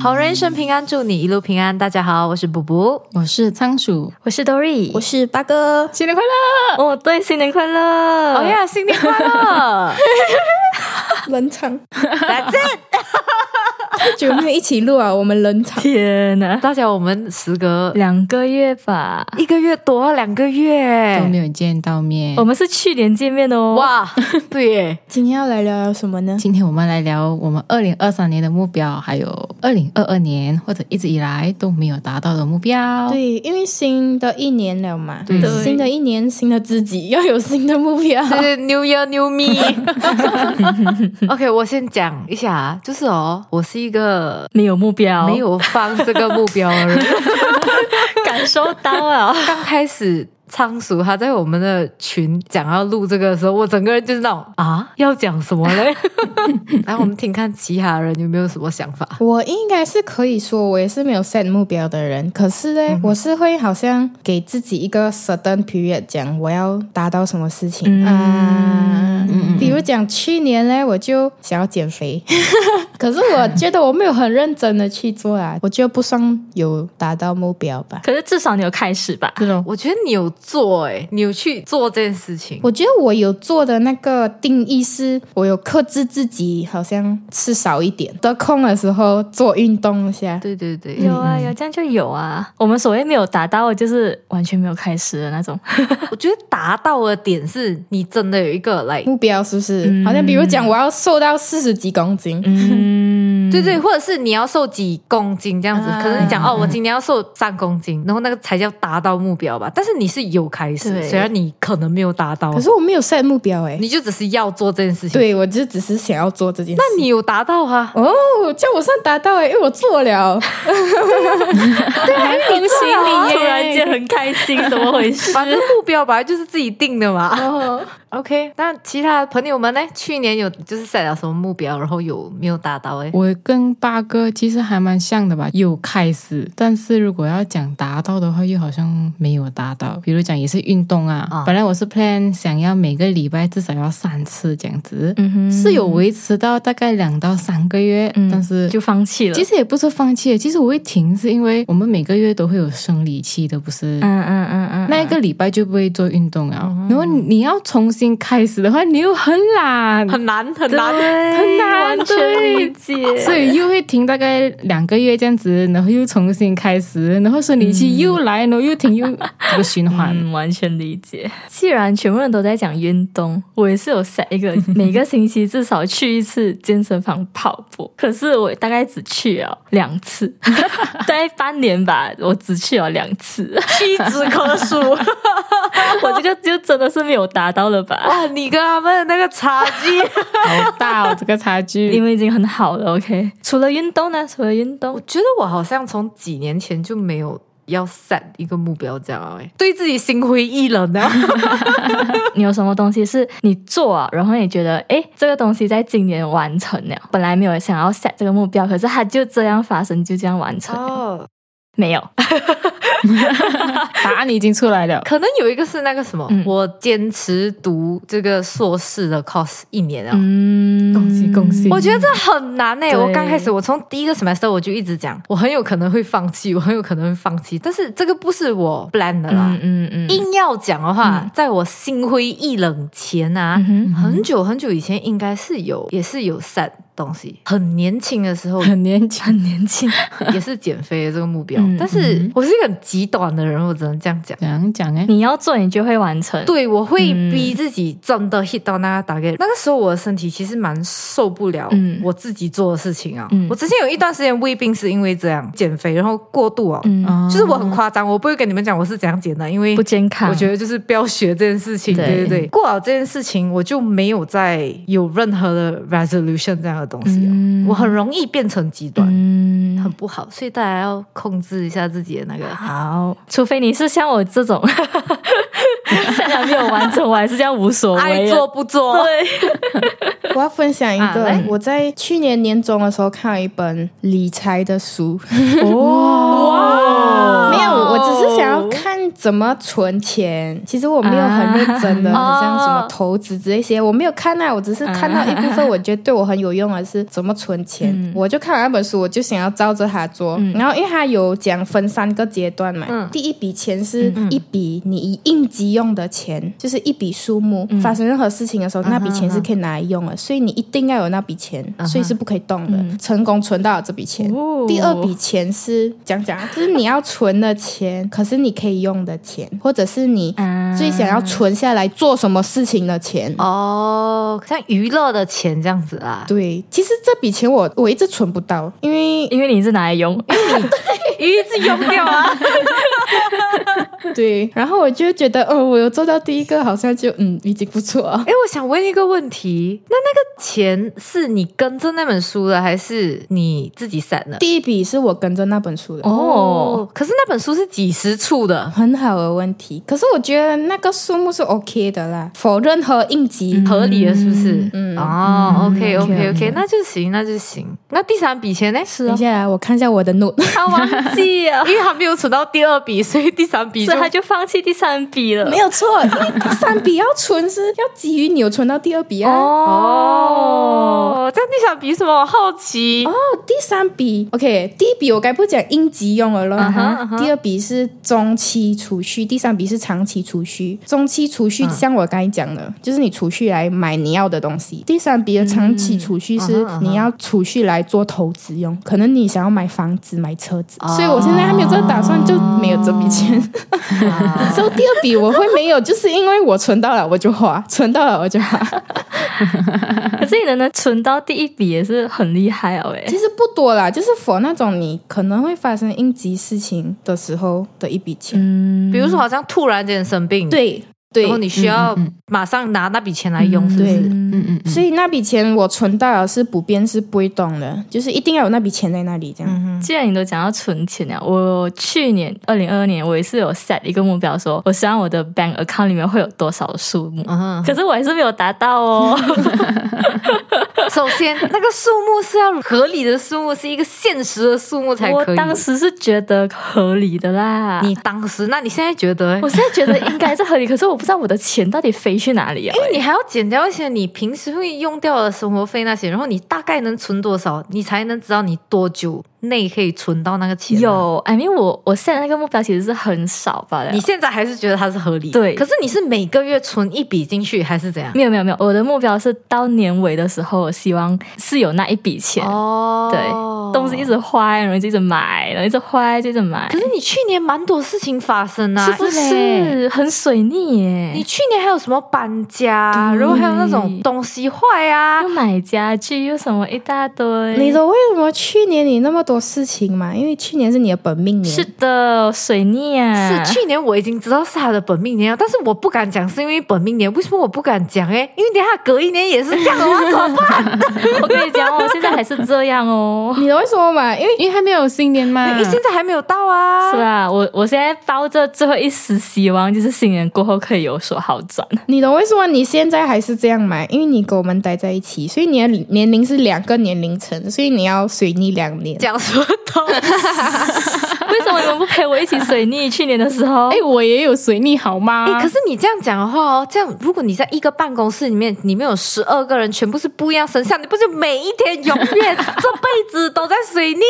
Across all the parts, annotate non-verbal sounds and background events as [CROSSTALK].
好人一生平安，祝你一路平安。大家好，我是布布，我是仓鼠，我是 Dory，我是八哥。新年快乐！哦，对，新年快乐！哦呀，新年快乐冷场， ！That's it。 [LAUGHS] 久没有一起录啊，我们冷场。天哪， [LAUGHS] 大家，我们时隔两个月吧，一个月多两个都月没，有见到面我，们是去年见面哦。，哇， [LAUGHS] 对耶，今天要来聊聊什么呢？今天我们来聊我们二零二三年的目标，还有二零二二年或者一直以来都没有达到的目标。对，因为新的一年了嘛，对新的一年，新的自己，要有新的目标。对对，New Year New Me。OK，我先讲一下啊，就是哦，我是一个没有目标，没有放这个目标的 [LAUGHS] 人。感受到啊。刚开始仓鼠他在我们的群讲要录这个的时候，我整个人就是那种啊，要讲什么嘞？ [LAUGHS] 来，我们听看其他人有没有什么想法。我应该是可以说，我也是没有 set 目标的人。可是呢，嗯我是会好像给自己一个 certain period，讲我要达到什么事情嗯啊。比如讲去年呢，我就想要减肥， [LAUGHS] 可是我觉得我没有很认真的去做啊，我觉得不算有达到目标吧。可是至少你有开始吧？是咯，我觉得你有做哎、你有去做这件事情。我觉得我有做的那个定义是，我有克制自己，好像吃少一点，得空的时候做运动一下。对对对，有啊，有这样就有啊。我们所谓没有达到，就是完全没有开始的那种。我觉得达到的点是你真的有一个来，目标是不是？好像比如讲，我要瘦到四十几公斤， [LAUGHS] [LAUGHS] 嗯，对对，或者是你要瘦几公斤这样子。啊可能你讲哦，我今天要瘦三公斤，然后那个才叫达到目标吧。但是你是有开始，对虽然你可能没有达到可，是我没有 set 目标哎、你就只是要做这件事情。对我就只是想要做这件事。那你有达到啊？哦，叫我算达到哎、因为我做了，恭喜突你耶！啊突然然间间很开心，怎么回事？反正目标本来就是自己定的嘛。OK，那哦其他朋友们呢？去年有就是 set 了什么目标，然后有没有达到、欸？我跟八哥其实还蛮像的吧，有开始，但是如果要讲达到的话，又好像没有达到。比如讲也是运动啊，啊本来我是 plan 想要每个礼拜至少要三次这样子，嗯哼嗯是有维持到大概两到三个月，但是就放弃了。其实也不是放弃，其实我会停，是因为我们每个月都会有生理期的，不是？嗯嗯嗯嗯，那一个礼拜就不会做运动啊，然后你要重新开始的话，你又很懒，很难很对难。很难完全对理解。所以又会停大概两个月这样子，然后又重新开始，然后生理期又来，然后又停又这个循环。嗯，完全理解。既然全部人都在讲运动，我也是有 set [LAUGHS] 一个每个星期至少去一次健身房跑步，可是我大概只去了两次， [LAUGHS] 大概半年吧，我只去了两次， [LAUGHS] 屈指可数。我这个就真的是没有达到了吧？ [LAUGHS] [LAUGHS] 哇，你跟他们的那个差距，好大哦，这个差 [LAUGHS] 你距。们已经很好了，OK。除了运动呢？除了 [LAUGHS] 运我动，觉得我好像从几年前就没有要 set 一个目标这样、欸，对自己心灰意冷啊呢、你有什么东西是你做啊，然后你觉得，诶，这个东西在今年完成了，本来没有想要 set 这个目标，可是它就这样发生，就这样完成了。哦，没有，答案已经出来了， [LAUGHS] 可能有一个是那个什么，嗯我坚持读这个硕士的 course 一年啊。嗯恭喜恭喜！我觉得这很难诶、对我刚开始，我从第一个 semester 我就一直讲，我很有可能会放弃，我很有可能会放弃。但是这个不是我 plan 的啦。嗯嗯嗯，硬要讲的话，在我心灰意冷前啊，嗯哼很久很久以前应该是有，也是有 set 东西。很年轻的时候 [LAUGHS] 很年轻，很年轻，也是减肥的这个目标，嗯但是我是一个很极端的人，我只能这样讲。怎样讲哎？你要做你就会完成。对，我会逼自己真的 hit 到那个 target。那个时候我的身体其实蛮受不了嗯我自己做的事情啊。嗯我之前有一段时间胃病是因为这样减肥，然后过度啊，嗯，哦就是我很夸张，我不会跟你们讲我是怎样减的，因为不健 [LAUGHS] 康。我觉得就是不要学这件事情。对啊对对对，过了这件事情，我就没有再有任何的 resolution 这样的东西了。嗯我很容易变成极端，很嗯，不好，所以大家要控制一下自己的那个。 [LAUGHS] 好，除非你是像我这种，虽然没有完成，我还是这样无所谓。爱做不做，对， [LAUGHS] 我要分享一啊个，来我在去年哦 [LAUGHS] 年中的时候看了一本理财的书，哇哦没没有，我只是想要看怎么存钱。其实我没有很认真的，啊很像什么投资这些，我没有看啊。我只是看到一部分，我觉得对我很有用的是怎么存钱。我就看完那本书，我就想要照着它做。然后因为它有讲分三个阶段嘛，第一笔钱是一笔你应急用的钱，就是一笔数目，嗯发生任何事情的时候，啊那笔钱是可以拿来用的，所以你一定要有那笔钱，所以是不可以动的。成功存到了这笔钱，嗯哦第二笔钱是讲讲，就是你要存的钱，可是你可以用的钱，或者是你啊最想要存下来做什么事情的钱。哦，像娱乐的钱这样子啊啦。对，其实这笔钱我我一直存不到，因 [LAUGHS] 为因为你是拿来用，一直用掉啊！对，然后我就觉得，哦，我有做到第一个，好像就嗯已经不错 [LAUGHS] 了。哎，我想问一个问题，那那个钱是你跟着那本书的，还是你自己散的？第一笔是我跟着那本书的，哦，可是那本书是几十处的，很好的问题。可是我觉得那个数目是 OK 的啦，否任何应急。合理的，是不是？嗯哦，OK OK 嗯 OK，那就行，那就行。那第三笔钱呢？ [LAUGHS] 是等一下啊，我看一下我的 note。他忘记了，因为他没有存到第二笔，所以第三笔就所以他就放弃第三笔了。 [LAUGHS] 没有错，因为第 [LAUGHS] 三笔要存是要基于你有存到第二笔啊。哦，哦，这样第三笔什么？我好奇哦，第三笔，OK，第一笔我该不讲应急用了咯。嗯哼嗯哼第二笔是中期储蓄，第三笔是长期储蓄。中期储蓄像我刚才讲嗯的，就是你储蓄来买你要的东西；第三笔的长期储蓄嗯是嗯哼嗯哼你要储蓄来做投资用，可能你想要买房子、买车子。哦所以我现在还没有这个打算，就没有这笔钱。 [LAUGHS] 啊所以第二笔我会没有，就是因为我存到了我就花，存到了我就花。可是你能能存到第一笔也是很厉害哦，哎 [LAUGHS] 其，实不多啦，就是 for 那种你可能会发生应急事情的时候的一笔钱。嗯比如说，好像突然间生病，，对对然后，你需要嗯嗯马上拿那笔钱来用，嗯是不是？嗯嗯嗯嗯，所以那笔钱我存到了是不变是不会动的，就是一定要有那笔钱在那里嗯这样。既然你都讲到存钱了，我去年二零二二年我也是有 set 一个目标说，我希望我的 bank account 里面会有多少数目，嗯，可是我还是没有达 [LAUGHS] 到哦。首先，那个数目是要合理的数目，是一个现实的数目才我可以。当时是觉得合理的啦，你当时，那你现在觉得我？现在觉得应该是合 [LAUGHS] 理，可是我不知道我的钱到底飞去哪里啊。因为你还要减掉一些你平时会用掉的生活费那些，然后你大概能存多少，你才能知道你多久内可以存到那个钱啊。有，I mean，我我 set 那个目标其实是很少吧的。你现在还是觉得它是合理的，对可是你是每个月存一笔进去，还是怎样？没有没有没有，我的目标是到年尾的时候，我希望是有那一笔钱。哦对，东西一。直坏，然后就一直买，然后一直坏，就一直买可，是你去年蛮多事情发生啊，是不嘞？是很水逆你耶？去年还有什么搬家，对然后还有那种东西坏啊又，买家具，又什么一大堆。你懂为什么去年你那么多事情吗？因为去年是你的本命年。。是的，水逆啊，是去 [LAUGHS] 年我已经知道是他的本命年了，但是我不敢讲，是因为本命年。为什么我不敢讲？哎，因为等一下隔一年也是这样的话， [LAUGHS] 怎么办？我跟你讲，我现在还是这样哦 [LAUGHS] 你懂为什么吗？因为因为还没有新年嘛，因为哎现在还没有到嗯啊。是吧？我我现在抱着最后一丝希望，就是新年过后可以有所好 [LAUGHS] 转。你懂为什么你现在还是这样吗？因为你跟我们待在一起，所以你的年龄是两个年龄层，所以你要随你两年。讲什么东西？为什么你们不陪我一起水逆？去年的时候， [LAUGHS] 哎、我也有水逆好吗？ [LAUGHS] 哎、可是你这样讲的话哦，这样如果你在一个办公室里面，里面有十二个人，全部是不一样生肖，你不是每一天永远这辈子都在水逆？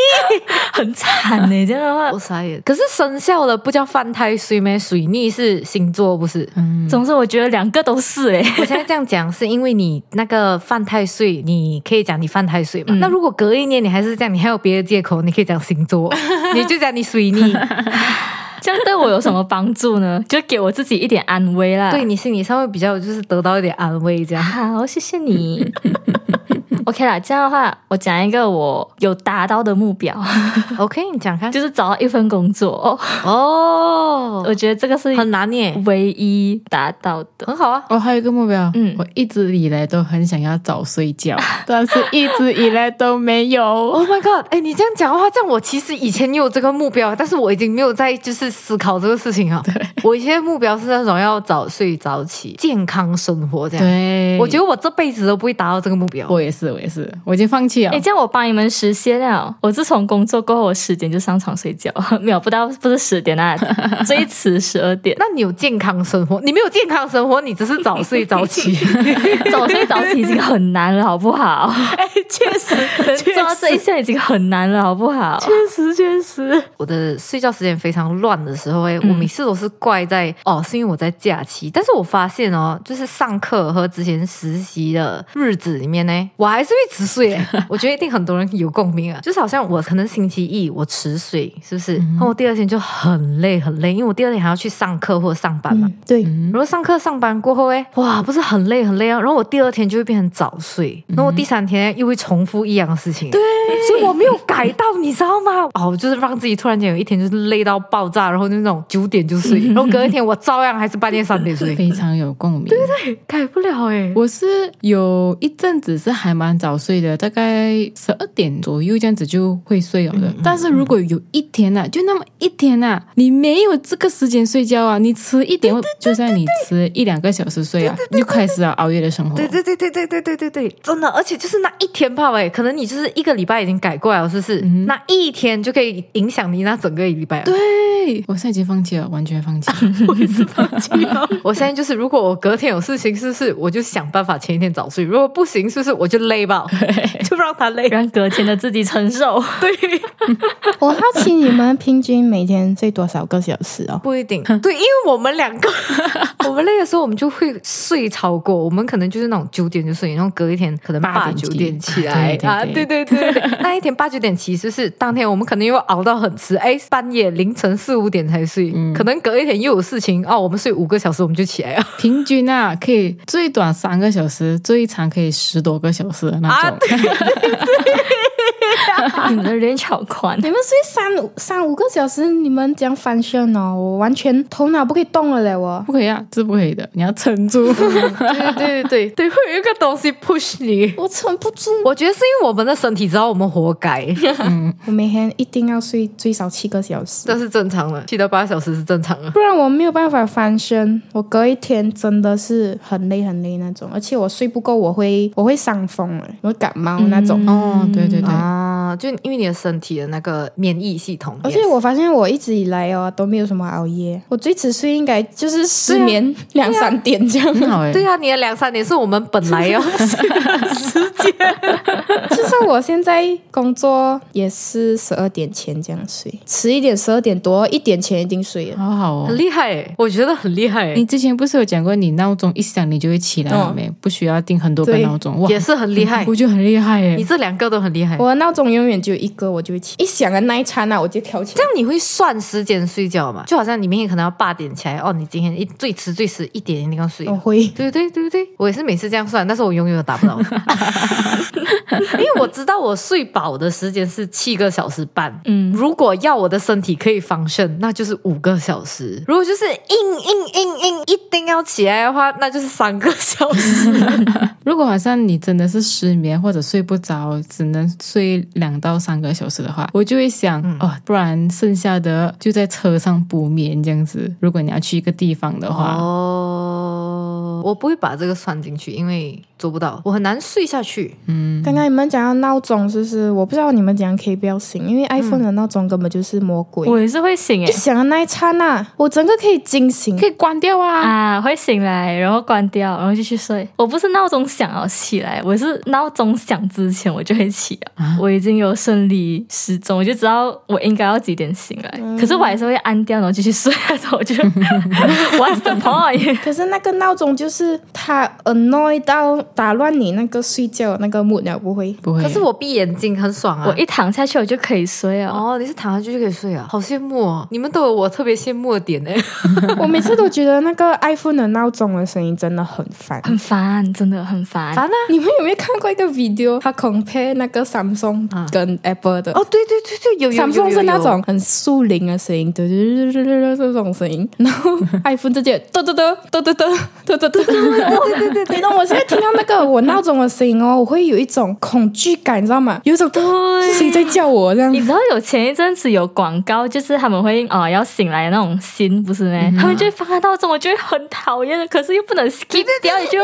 很惨呢、这样的话 [LAUGHS] 我，傻眼。可是生肖的不叫犯太岁咩？水逆是星座不是？总之我觉得两个都是哎、我现在这样讲是因为你那个犯太岁，你可以讲你犯太岁嘛。那如果隔一年你还是这样，你还有别的借口，你可以讲星座， [LAUGHS] 你就讲你水 [LAUGHS] 逆，这样对我有什么帮助呢？就给我自己一点安慰啦。对，你心理上会比较就是得到一点安慰这样。啊好，谢谢你。OK 啦，这样的话，我讲一个我有达到的目标， [LAUGHS] OK，你讲看就是找到一份工作。哦，哦，我觉得这个是很难耶，唯一达到的。很好啊。哦我还有一个目标，嗯我一直以来都很想要早睡觉，但是一直以来都没有。 Oh my god！哎、你这样讲的话，这样我其实以前也有这个目标，但是我已经没有在就是思考这个事情啊。我以前的目标是那种要早睡早起、健康生活这样。对，我觉得我这辈子都不会达到这个目标。我也是，是，我也是，我已经放弃了。哎，这样我帮你们实现了。我自从工作过后，我十点就上床睡觉， [LAUGHS] 没有不到不是十点啊， [LAUGHS] 最迟十二点。那你有健康生活？你没有健康生活，你只是早睡早起。早睡早起已经很难了，好不好？ [LAUGHS] 哎，确实，能 [LAUGHS] 做到这一项已经很难了，好不好？确实，确实，我的睡觉时间非常乱的时候，哎，我每次都是怪在、哦，是因为我在假期。但是我发现哦，就是上课和之前实习的日子里面呢，我还是会迟睡诶。我觉得一定很多人有共鸣啊，就是好像我可能星期一我迟睡，是不是？然后我第二天就很累很累，因为我第二天还要去上课或者上班嘛。嗯，对， [LAUGHS] 然后上课上班过后，哎，哇，不是很累很累啊。然后我第二天就会变成早睡，然后我第三天又会重复一样的事嗯情。对，所以我没有改到，你知道吗？哦，就是让自己突然间有一天就是累到爆炸，然后就那种九点就 [LAUGHS] 睡，然后隔一天我照样还是半夜三点 [LAUGHS] 睡，非常有共鸣。对对，改不了哎。我是有一阵子是还蛮早睡的，大概十二点左右这样子就会睡了的。但是如果有一天呐、啊，就那么一天呐、啊，你没有这个时间睡觉啊，你迟一点，就算你迟一两个小时睡啊，又开始了熬夜的生活。对对对对对对对对对，真的，而且就是那一天泡哎，可能你就是一个礼拜已经改过来了，是不是？那一天就可以影响你那整个礼拜。对，对我现在已经放弃了，完全放弃。 [LAUGHS] 我现在就是，如果我隔天有事情，是不是我就想办法前一天早睡？如果不行，是不是我就累爆，就让他累。让隔天的自己承受。对，我好奇你们平均每天睡多少个小时哦？不一定， [LAUGHS] 对，因为我们两个， [LAUGHS] 我们累的时候，我们就会睡超过，我们可能就是那种九点就睡，然后隔一天可能八八九点起点起来对对啊，对对对对，对 [LAUGHS] 那一天八九点起，就是当天我们可能又熬到很迟，哎，半夜凌晨四五点才睡，可能隔一天又有事情哦，我们睡五个小时我们就起来了。平均啊，可以最短三个小时，最长可以十多个小时的那啊种。 [LAUGHS] 你们的 range 好宽你，们睡三五三五个小时，你们讲翻身哦，我完全头脑不可以动了嘞，我。 [LAUGHS] 不可以啊，这不可以的，你要嗯撑 [LAUGHS] 住。对对对 [LAUGHS] 对，会有一个东西 push 你。我撑不住， [LAUGHS] 我觉得是因为我们的身体知道我们活 [LAUGHS] 该，我每天一定要睡最少七个小时，这是正常的，七到八小时是正常的。不然我没有办法翻身。我隔一天真的是很累很累那种，而且我睡不够，我会我会伤风哎，我会感冒那种。哦，对对对，啊，就因为你的身体的那个免疫系统，而且我发现我一直以来哦都没有什么熬夜，我最迟睡应该就是啊失眠两三点这样。很好哎。对啊，你的两三年是我们本来哦 [LAUGHS] 要就像我现在工作也是十二点前这样睡，迟一点十二点多一点前一定睡了。好好哦很。厉害、欸，我觉得很厉害、你欸，之前不是有讲过，你闹钟一响你就会起来了没？不需要定很多个对闹钟，哇，也是哦很厉害我。觉得很厉害欸耶你。这两个都很厉害。我的闹钟永远只有一个，我就会起，一响的那一刹那我就跳起这来。样你会算时间睡觉嘛？就好像你明天可能要八点起来，哦，你今天一最迟最迟一点一定要睡。我会，对对对对，我也是每次这样算，但是我永远都达不 [LAUGHS] 到，因为我知道我睡饱的时间是七个小时半。嗯，如果要我的身体可以防身，那就是五个小时；如果就是硬硬硬硬一定要起来的话，那就是三个小 [LAUGHS] 时。如果晚上你真的是失眠或者睡不着，只能睡两到三个小时的话，我就会想，嗯哦，不然剩下的就在车上补眠这样子。如果你要去一个地方的话，哦，我不会把这个算进去，因为做不到，我很难睡下去。嗯刚刚你们讲到闹钟，就是我不知道你们怎样可以不要醒，因为 iPhone 的闹钟根本就是魔鬼。我也是会醒一诶。响的那一刹那，我整个可以惊醒可。以关掉嗯啊。啊，会醒来，然后关掉，然后继续睡。我不是闹钟响了起来，我是闹钟响之前我就会起了。我已经有生理时钟，我就知道我应该要几点醒来。可是我还是会按掉，然后继续睡。啊然后我就 [LAUGHS] What's the point？可是那个闹钟就是它 annoy 到打乱你那个睡觉的那个 mood 了，不会？不会，可是我闭眼睛很爽啊！我一躺下去我就可以睡啊了。哦，你是躺下去就可以睡啊，好羡慕哦！你们都有我特别羡慕的点哎、我每次都觉得那个 iPhone 的闹钟的声音真的很烦。很烦，真的很烦。烦啊！你们有没有看过一个 video？它 compare 那个 Samsung 跟 Apple 的。哦，对对对对，有有有有 Samsung 是那有 [LAUGHS] 种很树林的声音，嘟嘟嘟嘟嘟嘟这种声音，然后 iPhone 直接嘟嘟嘟嘟嘟嘟嘟嘟嘟嘟。对对对对，你懂我现在听到那个我闹钟的声音哦，我会有一种恐惧感，你知道吗？有一种是谁在叫我这样你。知道有前一阵子有广告，就是他们会啊、呃要醒来的那种心，不是咩？他们就会放在闹钟，我就会很讨厌，可是又不能 skip 掉，你就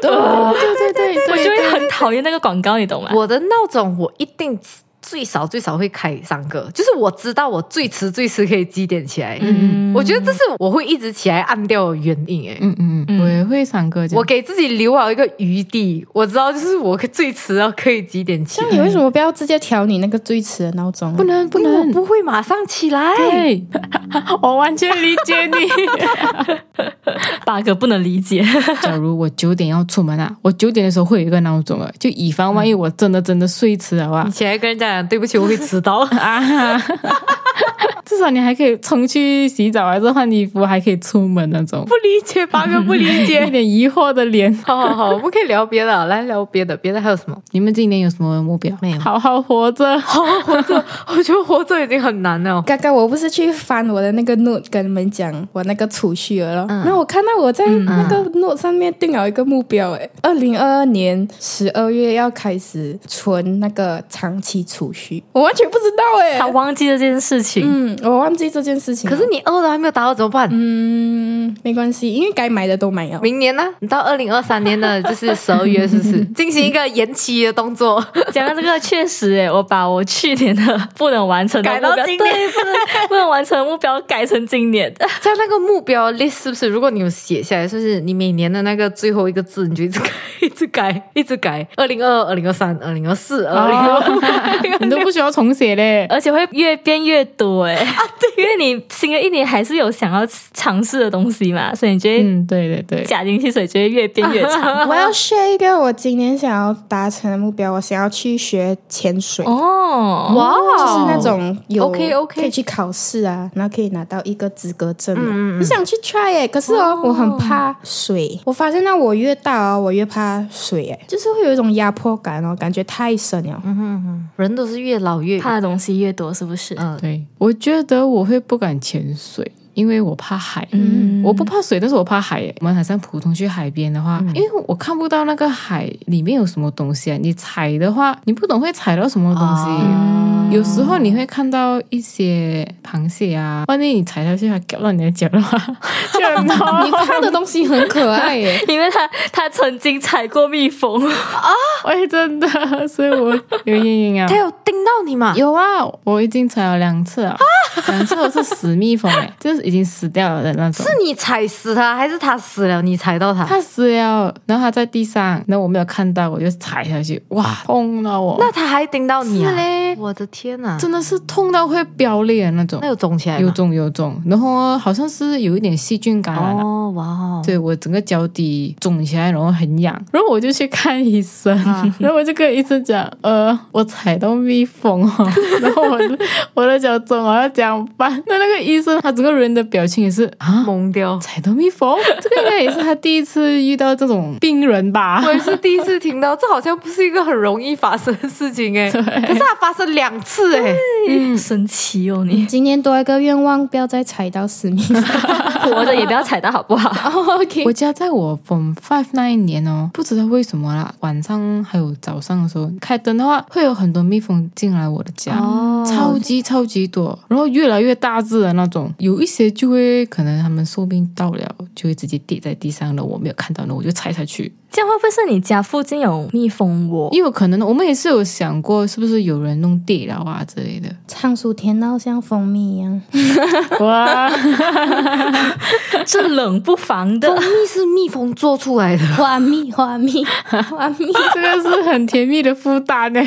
对对对， [LAUGHS] 我就会很讨厌那个广告，你懂吗？我的闹钟我一定最少最少会开三个，就是我知道我最迟最迟可以几点起来。嗯我觉得这是我会一直起来按掉的原因哎、嗯嗯嗯，我也会唱歌这样。我给自己留好一个余地，我知道就是我最迟要可以几点起那来，你为什么不要直接调你那个最迟的闹钟啊？不能不因为我能，不会马上起来。对， [LAUGHS] 我完全理解你。八哥不能理解， [LAUGHS] 假如我九点要出门啊，我九点的时候会有一个闹钟了，就以防万一我真的真的睡迟了啊你。起来跟人家讲对 [LAUGHS] 不起，我会迟到。啊哈，至少你还可以冲去洗澡，还是换衣服，还可以出门那种。不理解，八哥不理一解。脸疑惑的脸。 [LAUGHS] 好好好，我们可以聊别的啊，来聊别的，别的还有什么？ [LAUGHS] 你们今年有什么目标？没有好好活着。 [LAUGHS] 我觉得活着已经很难了。刚刚我不是去翻我的那个 note 跟你们讲我那个储蓄了嗯咯，然后我看到我在那个 note 上面定了一个目标，诶，二零二二年十二月要开始存那个长期储蓄，我完全不知道诶。他忘记了这件事情。嗯，我忘记这件事情可了。是你饿了还没有达到怎么办？嗯，没关系，因为该买的都买了。明年呢？你到二零二三年的就是十二月，是不 [LAUGHS] 是进行一个延期的动作？讲到这个，确实诶，我把我去年的不能完成的改目到标，今年对不能不能完成的目标改成今年的。在那个目标 list 是不是？如果你有写下来，是不是你每年的那个最后一个字，你就一直改，一直改，一直改？二零二二、二零二三、二零二四、二零二五、二零你都不需要重写嘞。而且会越变越多哎、啊，对，因为你新的一年还是有想要尝试的东西嘛，所以你就会嗯， [LAUGHS] 对对对，加进去，所以就会越变越 [LAUGHS] 长。我要 share 一个我今年想要达成的目标，我想要去学潜水。哦，哇哦，就是那种有 OK，OK 可以去考试啊，然后可以拿到一个资格证嘛。我想去 try 哎、可是哦，我很怕水。我发现到我越大哦，我越怕水哎、就是会有一种压迫感哦，感觉太深了。嗯人都是越老越怕的东西越多，是不是？嗯对，我觉得我会不敢潜水，因为我怕海。嗯我不怕水，但是我怕海耶。我们好像普通去海边的话，因为我看不到那个海里面有什么东西啊。你踩的话，你不懂会踩到什么东西。哦有时候你会看到一些螃蟹啊，万一你踩下去它夹到你的脚的话， [LAUGHS] 就很痛。 [LAUGHS] 你看的东西很可爱耶、 [LAUGHS] 因为他他曾经踩过蜜蜂，哎，真的，所以我有阴 [LAUGHS] 影啊他。有盯到你嘛？有啊，我已经踩了两次了，两次我是死蜜蜂哎、 [LAUGHS] 就是已经死掉了的那种。是你踩死他，还是他死了你踩到他？他死了，然后他在地上，然后我没有看到，我就踩下去，哇，痛到我，啊那他还盯到你啊？是嘞我的天哪！真的是痛到会飙裂的那种那，有肿起来有吗？肿有肿，然后好像是有一点细菌感染了。哦，哇哦！对我整个脚底肿起来，然后很痒，然后我就去看医生，啊 [LAUGHS] 然后我就跟医生讲，呃，我踩到蜜蜂 [LAUGHS] 哦，然后我的我的脚肿了，要怎样办？那那个医生他整个人的表情也是啊，。懵掉踩到蜜蜂，这个应该也是他第一次遇到这种病 [LAUGHS] 人吧？我也是第一次听到，这好像不是一个很容易发生的事情哎、可是它发生两次哎、 [LAUGHS] 神奇哦你，今年多一个愿望，不要再踩到死命。活着也不要踩到好不好？ [LAUGHS] OK，我家在我 from five 那一年哦，不知道为什么啦，晚上还有早上的时候开灯的话，会有很多蜜蜂进来我的家，哦超级超级多，然后越来越大只的那种，有一些就会可能他们寿命到了，就会直接跌在地上了，我没有看到呢，我就踩下去，这样会不会是你家附近有蜜蜂哦窝？因为可能我们也是有想过是不是有人弄跌了啊之类的，仓鼠甜到像蜂蜜一样，哇， [LAUGHS] 这冷不防的 [LAUGHS] 蜂，蜜是蜜蜂做出来的，花蜜花 [LAUGHS] 蜜花蜜。这个是很甜蜜的负担呢。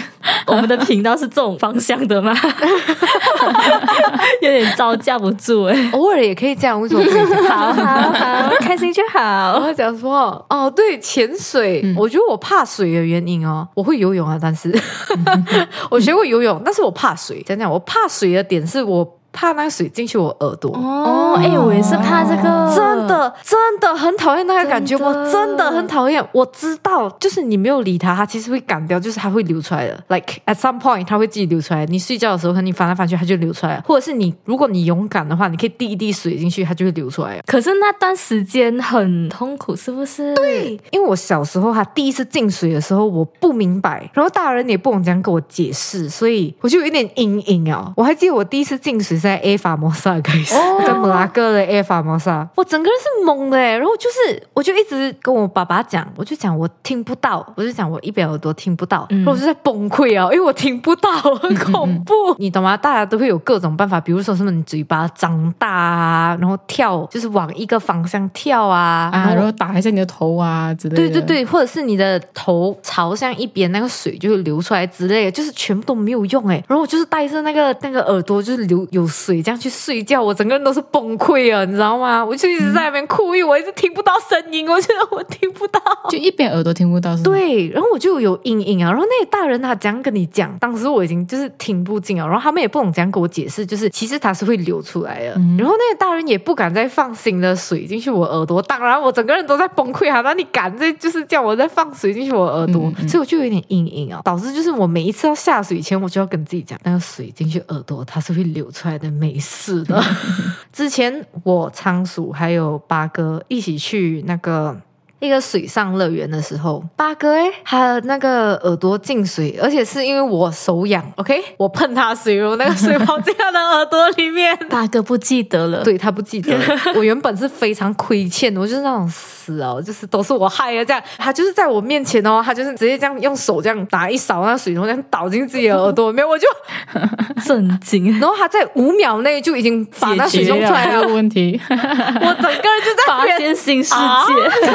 我们的频道是这种方向的吗？ [LAUGHS] 有点招架不住哎、偶尔也可以这样，为什么不可以这样？好好好，开心就我好。嗯要讲什么？哦，对，潜水，我觉得我怕水的原因哦，我会游 [LAUGHS] 泳啊，但是我学过游泳，但是我怕水。讲讲我怕水的点是我怕那个水进去我耳朵。哦，哎、我也是怕这个，真的，真的很讨厌那个感觉，哦真的我真的很讨厌。我知道，就是你没有理它，它其实会干掉，就是它会流出来的。Like at some point，它会自己流出来。你睡觉的时候，可能你翻来翻去，它就流出来了。或者是你，如果你勇敢的话，你可以滴一滴水进去，它就会流出来了。可是那段时间很痛苦，是不是？对，因为我小时候，它第一次进水的时候，我不明白，然后大人也不懂怎样跟我解释，所以我就有一点阴影啊。我还记得我第一次进水是在 A 法摩萨开始，在马拉哥的 A 法摩萨，哦我整个人是懵的、欸，然后就是我就一直跟我爸爸讲，我就讲我听不到，我就讲我一边耳朵听不到，然后我就在崩溃啊，因为我听不到，很恐怖，你懂吗？大家都会有各种办法，比如说什么你嘴巴张大啊，然后跳，就是往一个方向跳啊， [LAUGHS] 啊，然后打一下你的头啊之类的。对对对，或者是你的头朝向一边，那个水就会流出来之类的，就是全部都没有用哎。然后我就是带着那个那个耳朵，就是流有水这样去睡觉，我整个人都是崩溃啊，你知道吗？我就一直在那边哭，因为我一直听不到声音，我觉得我听不到。就一边耳朵听不到是吗？对，然后我就有阴影啊。然后那些大人他怎样跟你讲？当时我已经就是听不进啊，然后他们也不懂怎样跟我解释，就是其实它是会流出来的。然后那些大人也不敢再放新的水进去我耳朵，当然我整个人都在崩溃啊。那你敢再就是叫我再放水进去我耳朵，所以我就有点阴影啊，导致就是我每一次要下水前，我就要跟自己讲，那个水进去耳朵它是会流出来的，没事的。之前我仓鼠还有八哥一起去那个。一个水上乐园的时候，八哥哎，他那个耳朵进水，而且是因为我手痒，OK，我碰他水，然后那个水跑进他的耳朵里面，大哥不记得 [LAUGHS] 了。对他不记得了。 [LAUGHS] 我原本是非常亏欠的，我就是那种死哦，就是都是我害的这样。他就是在我面前哦，他就是直接这样用手这样打一勺那水，然后这样倒进自己的耳朵里面，我就，震惊 [LAUGHS] 然后他在五秒内就已经把那水解决弄出来了了这，个问题。我整个人就在发原现新世界，啊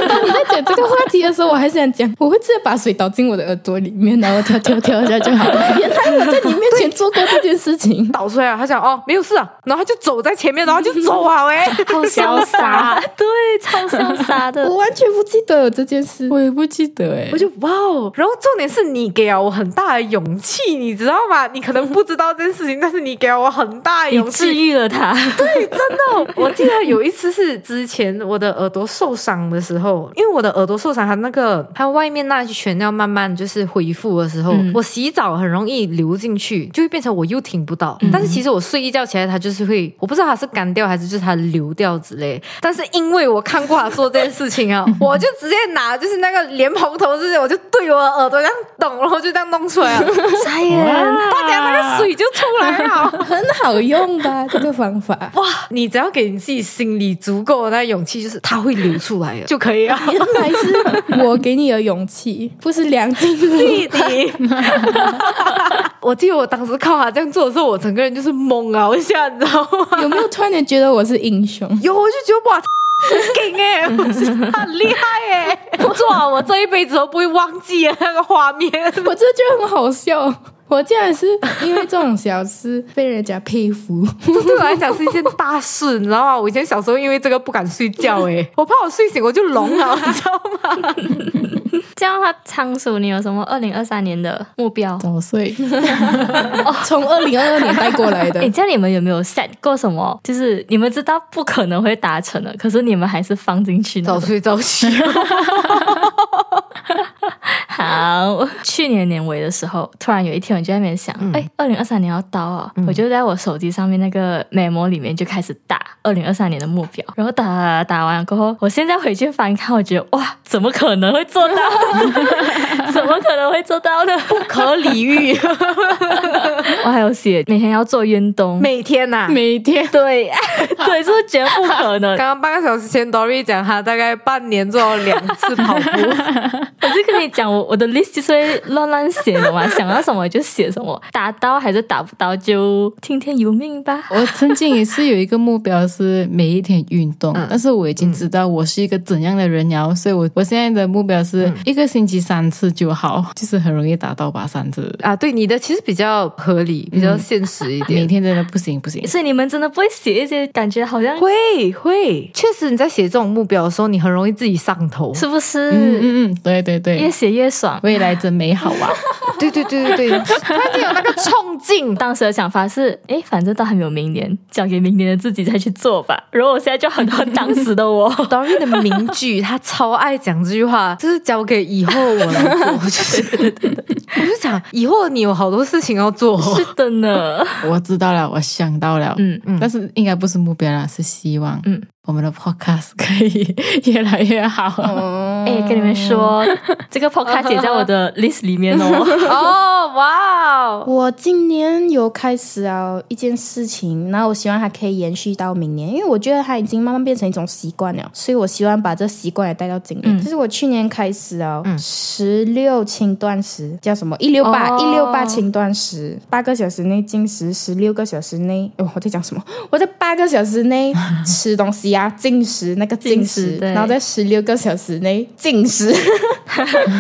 当你在讲这个话题的时候，我还想讲，我会直接把水倒进我的耳朵里面，然后跳跳跳一下就好。原来我在你面前做过这件事情，倒出来了，他讲哦没有事啊，然后他就走在前面，然后就走啊喂，好潇洒， [LAUGHS] 对，超潇洒的哦我。完全不记得有这件事。我也不记得哎 [LAUGHS] 我，就哇哦！然后重点是你给了我很大的勇气，你知道吗？你可能不知道这件事情，但是你给了我很大的你勇治气。愈了他，哎真的，我记得有一次是之前我的耳朵受伤的时候，因为我的耳朵受伤，它那个它外面那一圈要慢慢就是恢复的时候，我洗澡很容易流进去，就会变成我又听不到。但是其实我睡一觉起来，它就是会，我不知道它是干掉还是就是它流掉之类。但是因为我看过他做这件事情 [LAUGHS] 啊，我就直接拿就是那个莲蓬头之类，我就对我的耳朵这样咚，然后就这样弄出来 [LAUGHS] 了，傻眼。大家那个水就出来了。很好用吧，这个方法。哇，你只要给你自己心里足够的那勇气，就是它会流出来的 [LAUGHS] 就可以啊 [LAUGHS] 了。原来是我给你的勇气，不是梁静 [LAUGHS] 茹。弟，我记得我当时靠他这样做的时候，我整个人就是懵啊 [LAUGHS] 了一下，你知道吗？有没有突然间觉得我是英雄？有，我就觉得哇，劲哎、欸， [LAUGHS] 我觉得他很厉害哎、做完我这一辈子都不会忘记的那个画面。 [LAUGHS] [LAUGHS] 我这就很好笑。我竟然是因为这种小事被人家佩服，这对我来讲是一件大事，你知道吗？我以前小时候因为这个不敢睡觉哎、我怕我睡醒我就聋了，你知道吗？这样的话，仓鼠，你有什么二零二三年的目标？早睡。从二零二二年带过来的哎，。这样你们有没有 set 过什么？就是你们知道不可能会达成的，可是你们还是放进去早呢？睡早起。好，去年年尾的时候，突然有一天我就在那边想，哎、二零二三年要到啊、我就在我手机上面那个 memo 里面就开始打二零二三年的目标，然后打打完过后，我现在回去翻看，我觉得哇，怎么可能会做到？怎么可能会做到呢？不可理喻。我还有写每天要做运 [LAUGHS] 动，每天呐、每天对 [LAUGHS] 对，就是觉得不可能。刚刚半个小时前，Dory 讲他大概半年做了两次跑步， [LAUGHS] 我就跟你讲，我我的 list 就是会乱乱写的嘛，想到什么就写什么，达到还是达不到就听天由命吧。 [LAUGHS] 我曾经也是有一个目标是每一天运动，但是我已经知道我是一个怎样的人然后，所以我我现在的目标是一个星期三次就好，就是很容易达到吧，三次。啊，对你的其实比较合理，比较现实一每 [LAUGHS] 点。天真的不行不行，所以你们真的不会写一些感觉好像会会，确实你在写这种目标的时候，你很容易自己上头。是不是、嗯嗯嗯，对对越对，写越爽？未来真美好啊！ [LAUGHS] [LAUGHS] 对对对对对，他就有那个冲劲。当时的想法是，哎，反正都还没有明年，交给明年的自己再去做吧。然后我现在就很恨当时的我。 Dory 的名句，他超爱讲这句话，就是交给以后我来做。我 [LAUGHS] 就是，我就想，以后你有好多事情要做。 [LAUGHS] 是的 [LAUGHS] 呢，我知道了，我想到了，嗯嗯但是应该不是目标啦，是希望，嗯，我们的 podcast 可以越来越好。哦哎，跟你们说，这个 podcast 也在我的 list 里面哦。 [LAUGHS] 哦，哇哦！我今年有开始啊一件事情，然后我希望它可以延续到明年，因为我觉得它已经慢慢变成一种习惯了，所以我希望把这习惯也带到今嗯年。就是我去年开始啊，十六轻断食叫什么一六八哦一六八轻断食，八个小时内进食，十六个小时内，哦，我在讲什么？ [LAUGHS] 我在八个小时内吃东西啊，进食那个进进食食，对然后在十六个小时内进食。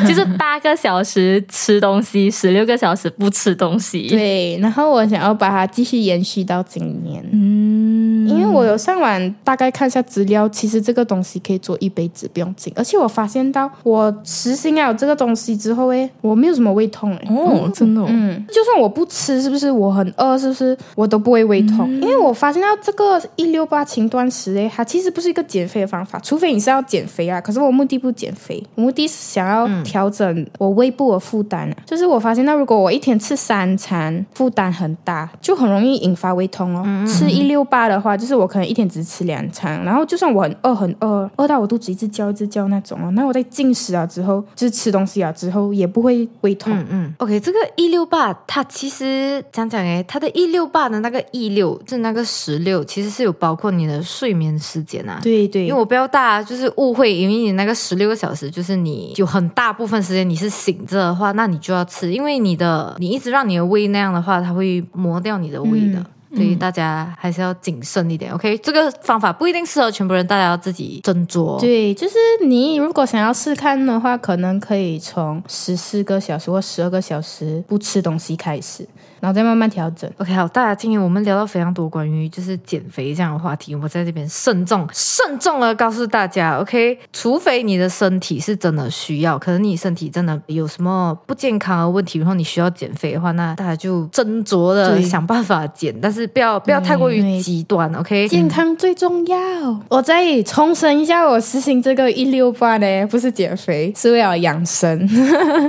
就是八个小时吃东西，十六个小时不吃东西。对，然后我想要把它继续延续到今年。嗯，因为我有上网大概看一下资料，其实这个东西可以做一辈子，不用紧。而且我发现到我实行了这个东西之后，诶，我没有什么胃痛诶。哦，真的哦，嗯，就算我不吃，是不是我很饿，是不是我都不会胃痛？因为我发现到这个一六八轻断食诶，它其实不是一个减肥的方法，除非你是要减肥啊。可是我目的不减肥，我目的是想要调整我胃部的负担、啊。就是我发现到，如果我一天吃三餐，负担很大，就很容易引发胃痛哦。吃一六八的话，就是我可能一天只吃两餐，然后就算我很饿很饿，饿到我肚子一直叫一直叫那种哦。那我在进食啊之后，就是吃东西啊之后，也不会胃痛。嗯嗯，OK，这个一六八，它其实讲讲诶，它的一六八的那个一六，就是那个十六，其实是有包括你的睡眠时间啊。对对，因为我不要大家就是误会，因为你那个十六个小时，就是你有很大部分时间你是醒着的话，那你就要吃，因为你的你一直让你的胃那样的话，它会磨掉你的胃的。嗯所以大家还是要谨慎一点，OK？这个方法不一定适合全部人，大家要自己斟酌。对，就是你如果想要试看的话，可能可以从十四个小时或十二个小时不吃东西开始，然后再慢慢调整。 OK，好，大家今天我们聊到非常多关于就是减肥这样的话题，我在这边慎重慎重的告诉大家，OK，除非你的身体是真的需要，可能你身体真的有什么不健康的问题，然后你需要减肥的话，那大家就斟酌的对想办法减，但是不要不要太过于极端，OK。健康最重要。我再重申一下，我实行这个一六八呢，不是减肥，是为了养生。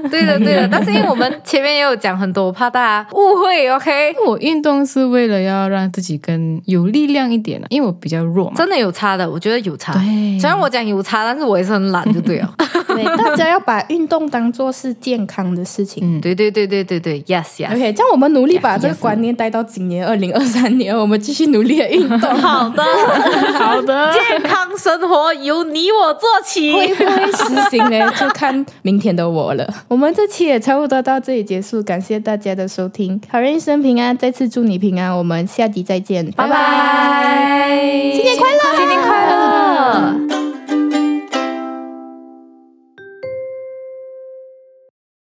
对的，对的。但是因为我们前面也有讲很多，我怕大家误会，OK。 [LAUGHS] 我运动是为了要让自己更有力量一点啊，因为我比较弱嘛。真的有差的，我觉得有差。对虽然我讲有差，但是我也是很懒，就对了。对，大家要把运动当做是健康的事情。嗯，对对对对对对，yes yes。 OK，这样我们努力把这个观念带到今年二零二三年，我们继续努力的运动。 [LAUGHS] 好的，好的健康生活由你我做会起。不会实行呢？就看明天的我了。我们这期也差不多到这里结束，感谢大家的收听，好人一生平安，再次祝你平安，我们下集再见，拜拜。拜。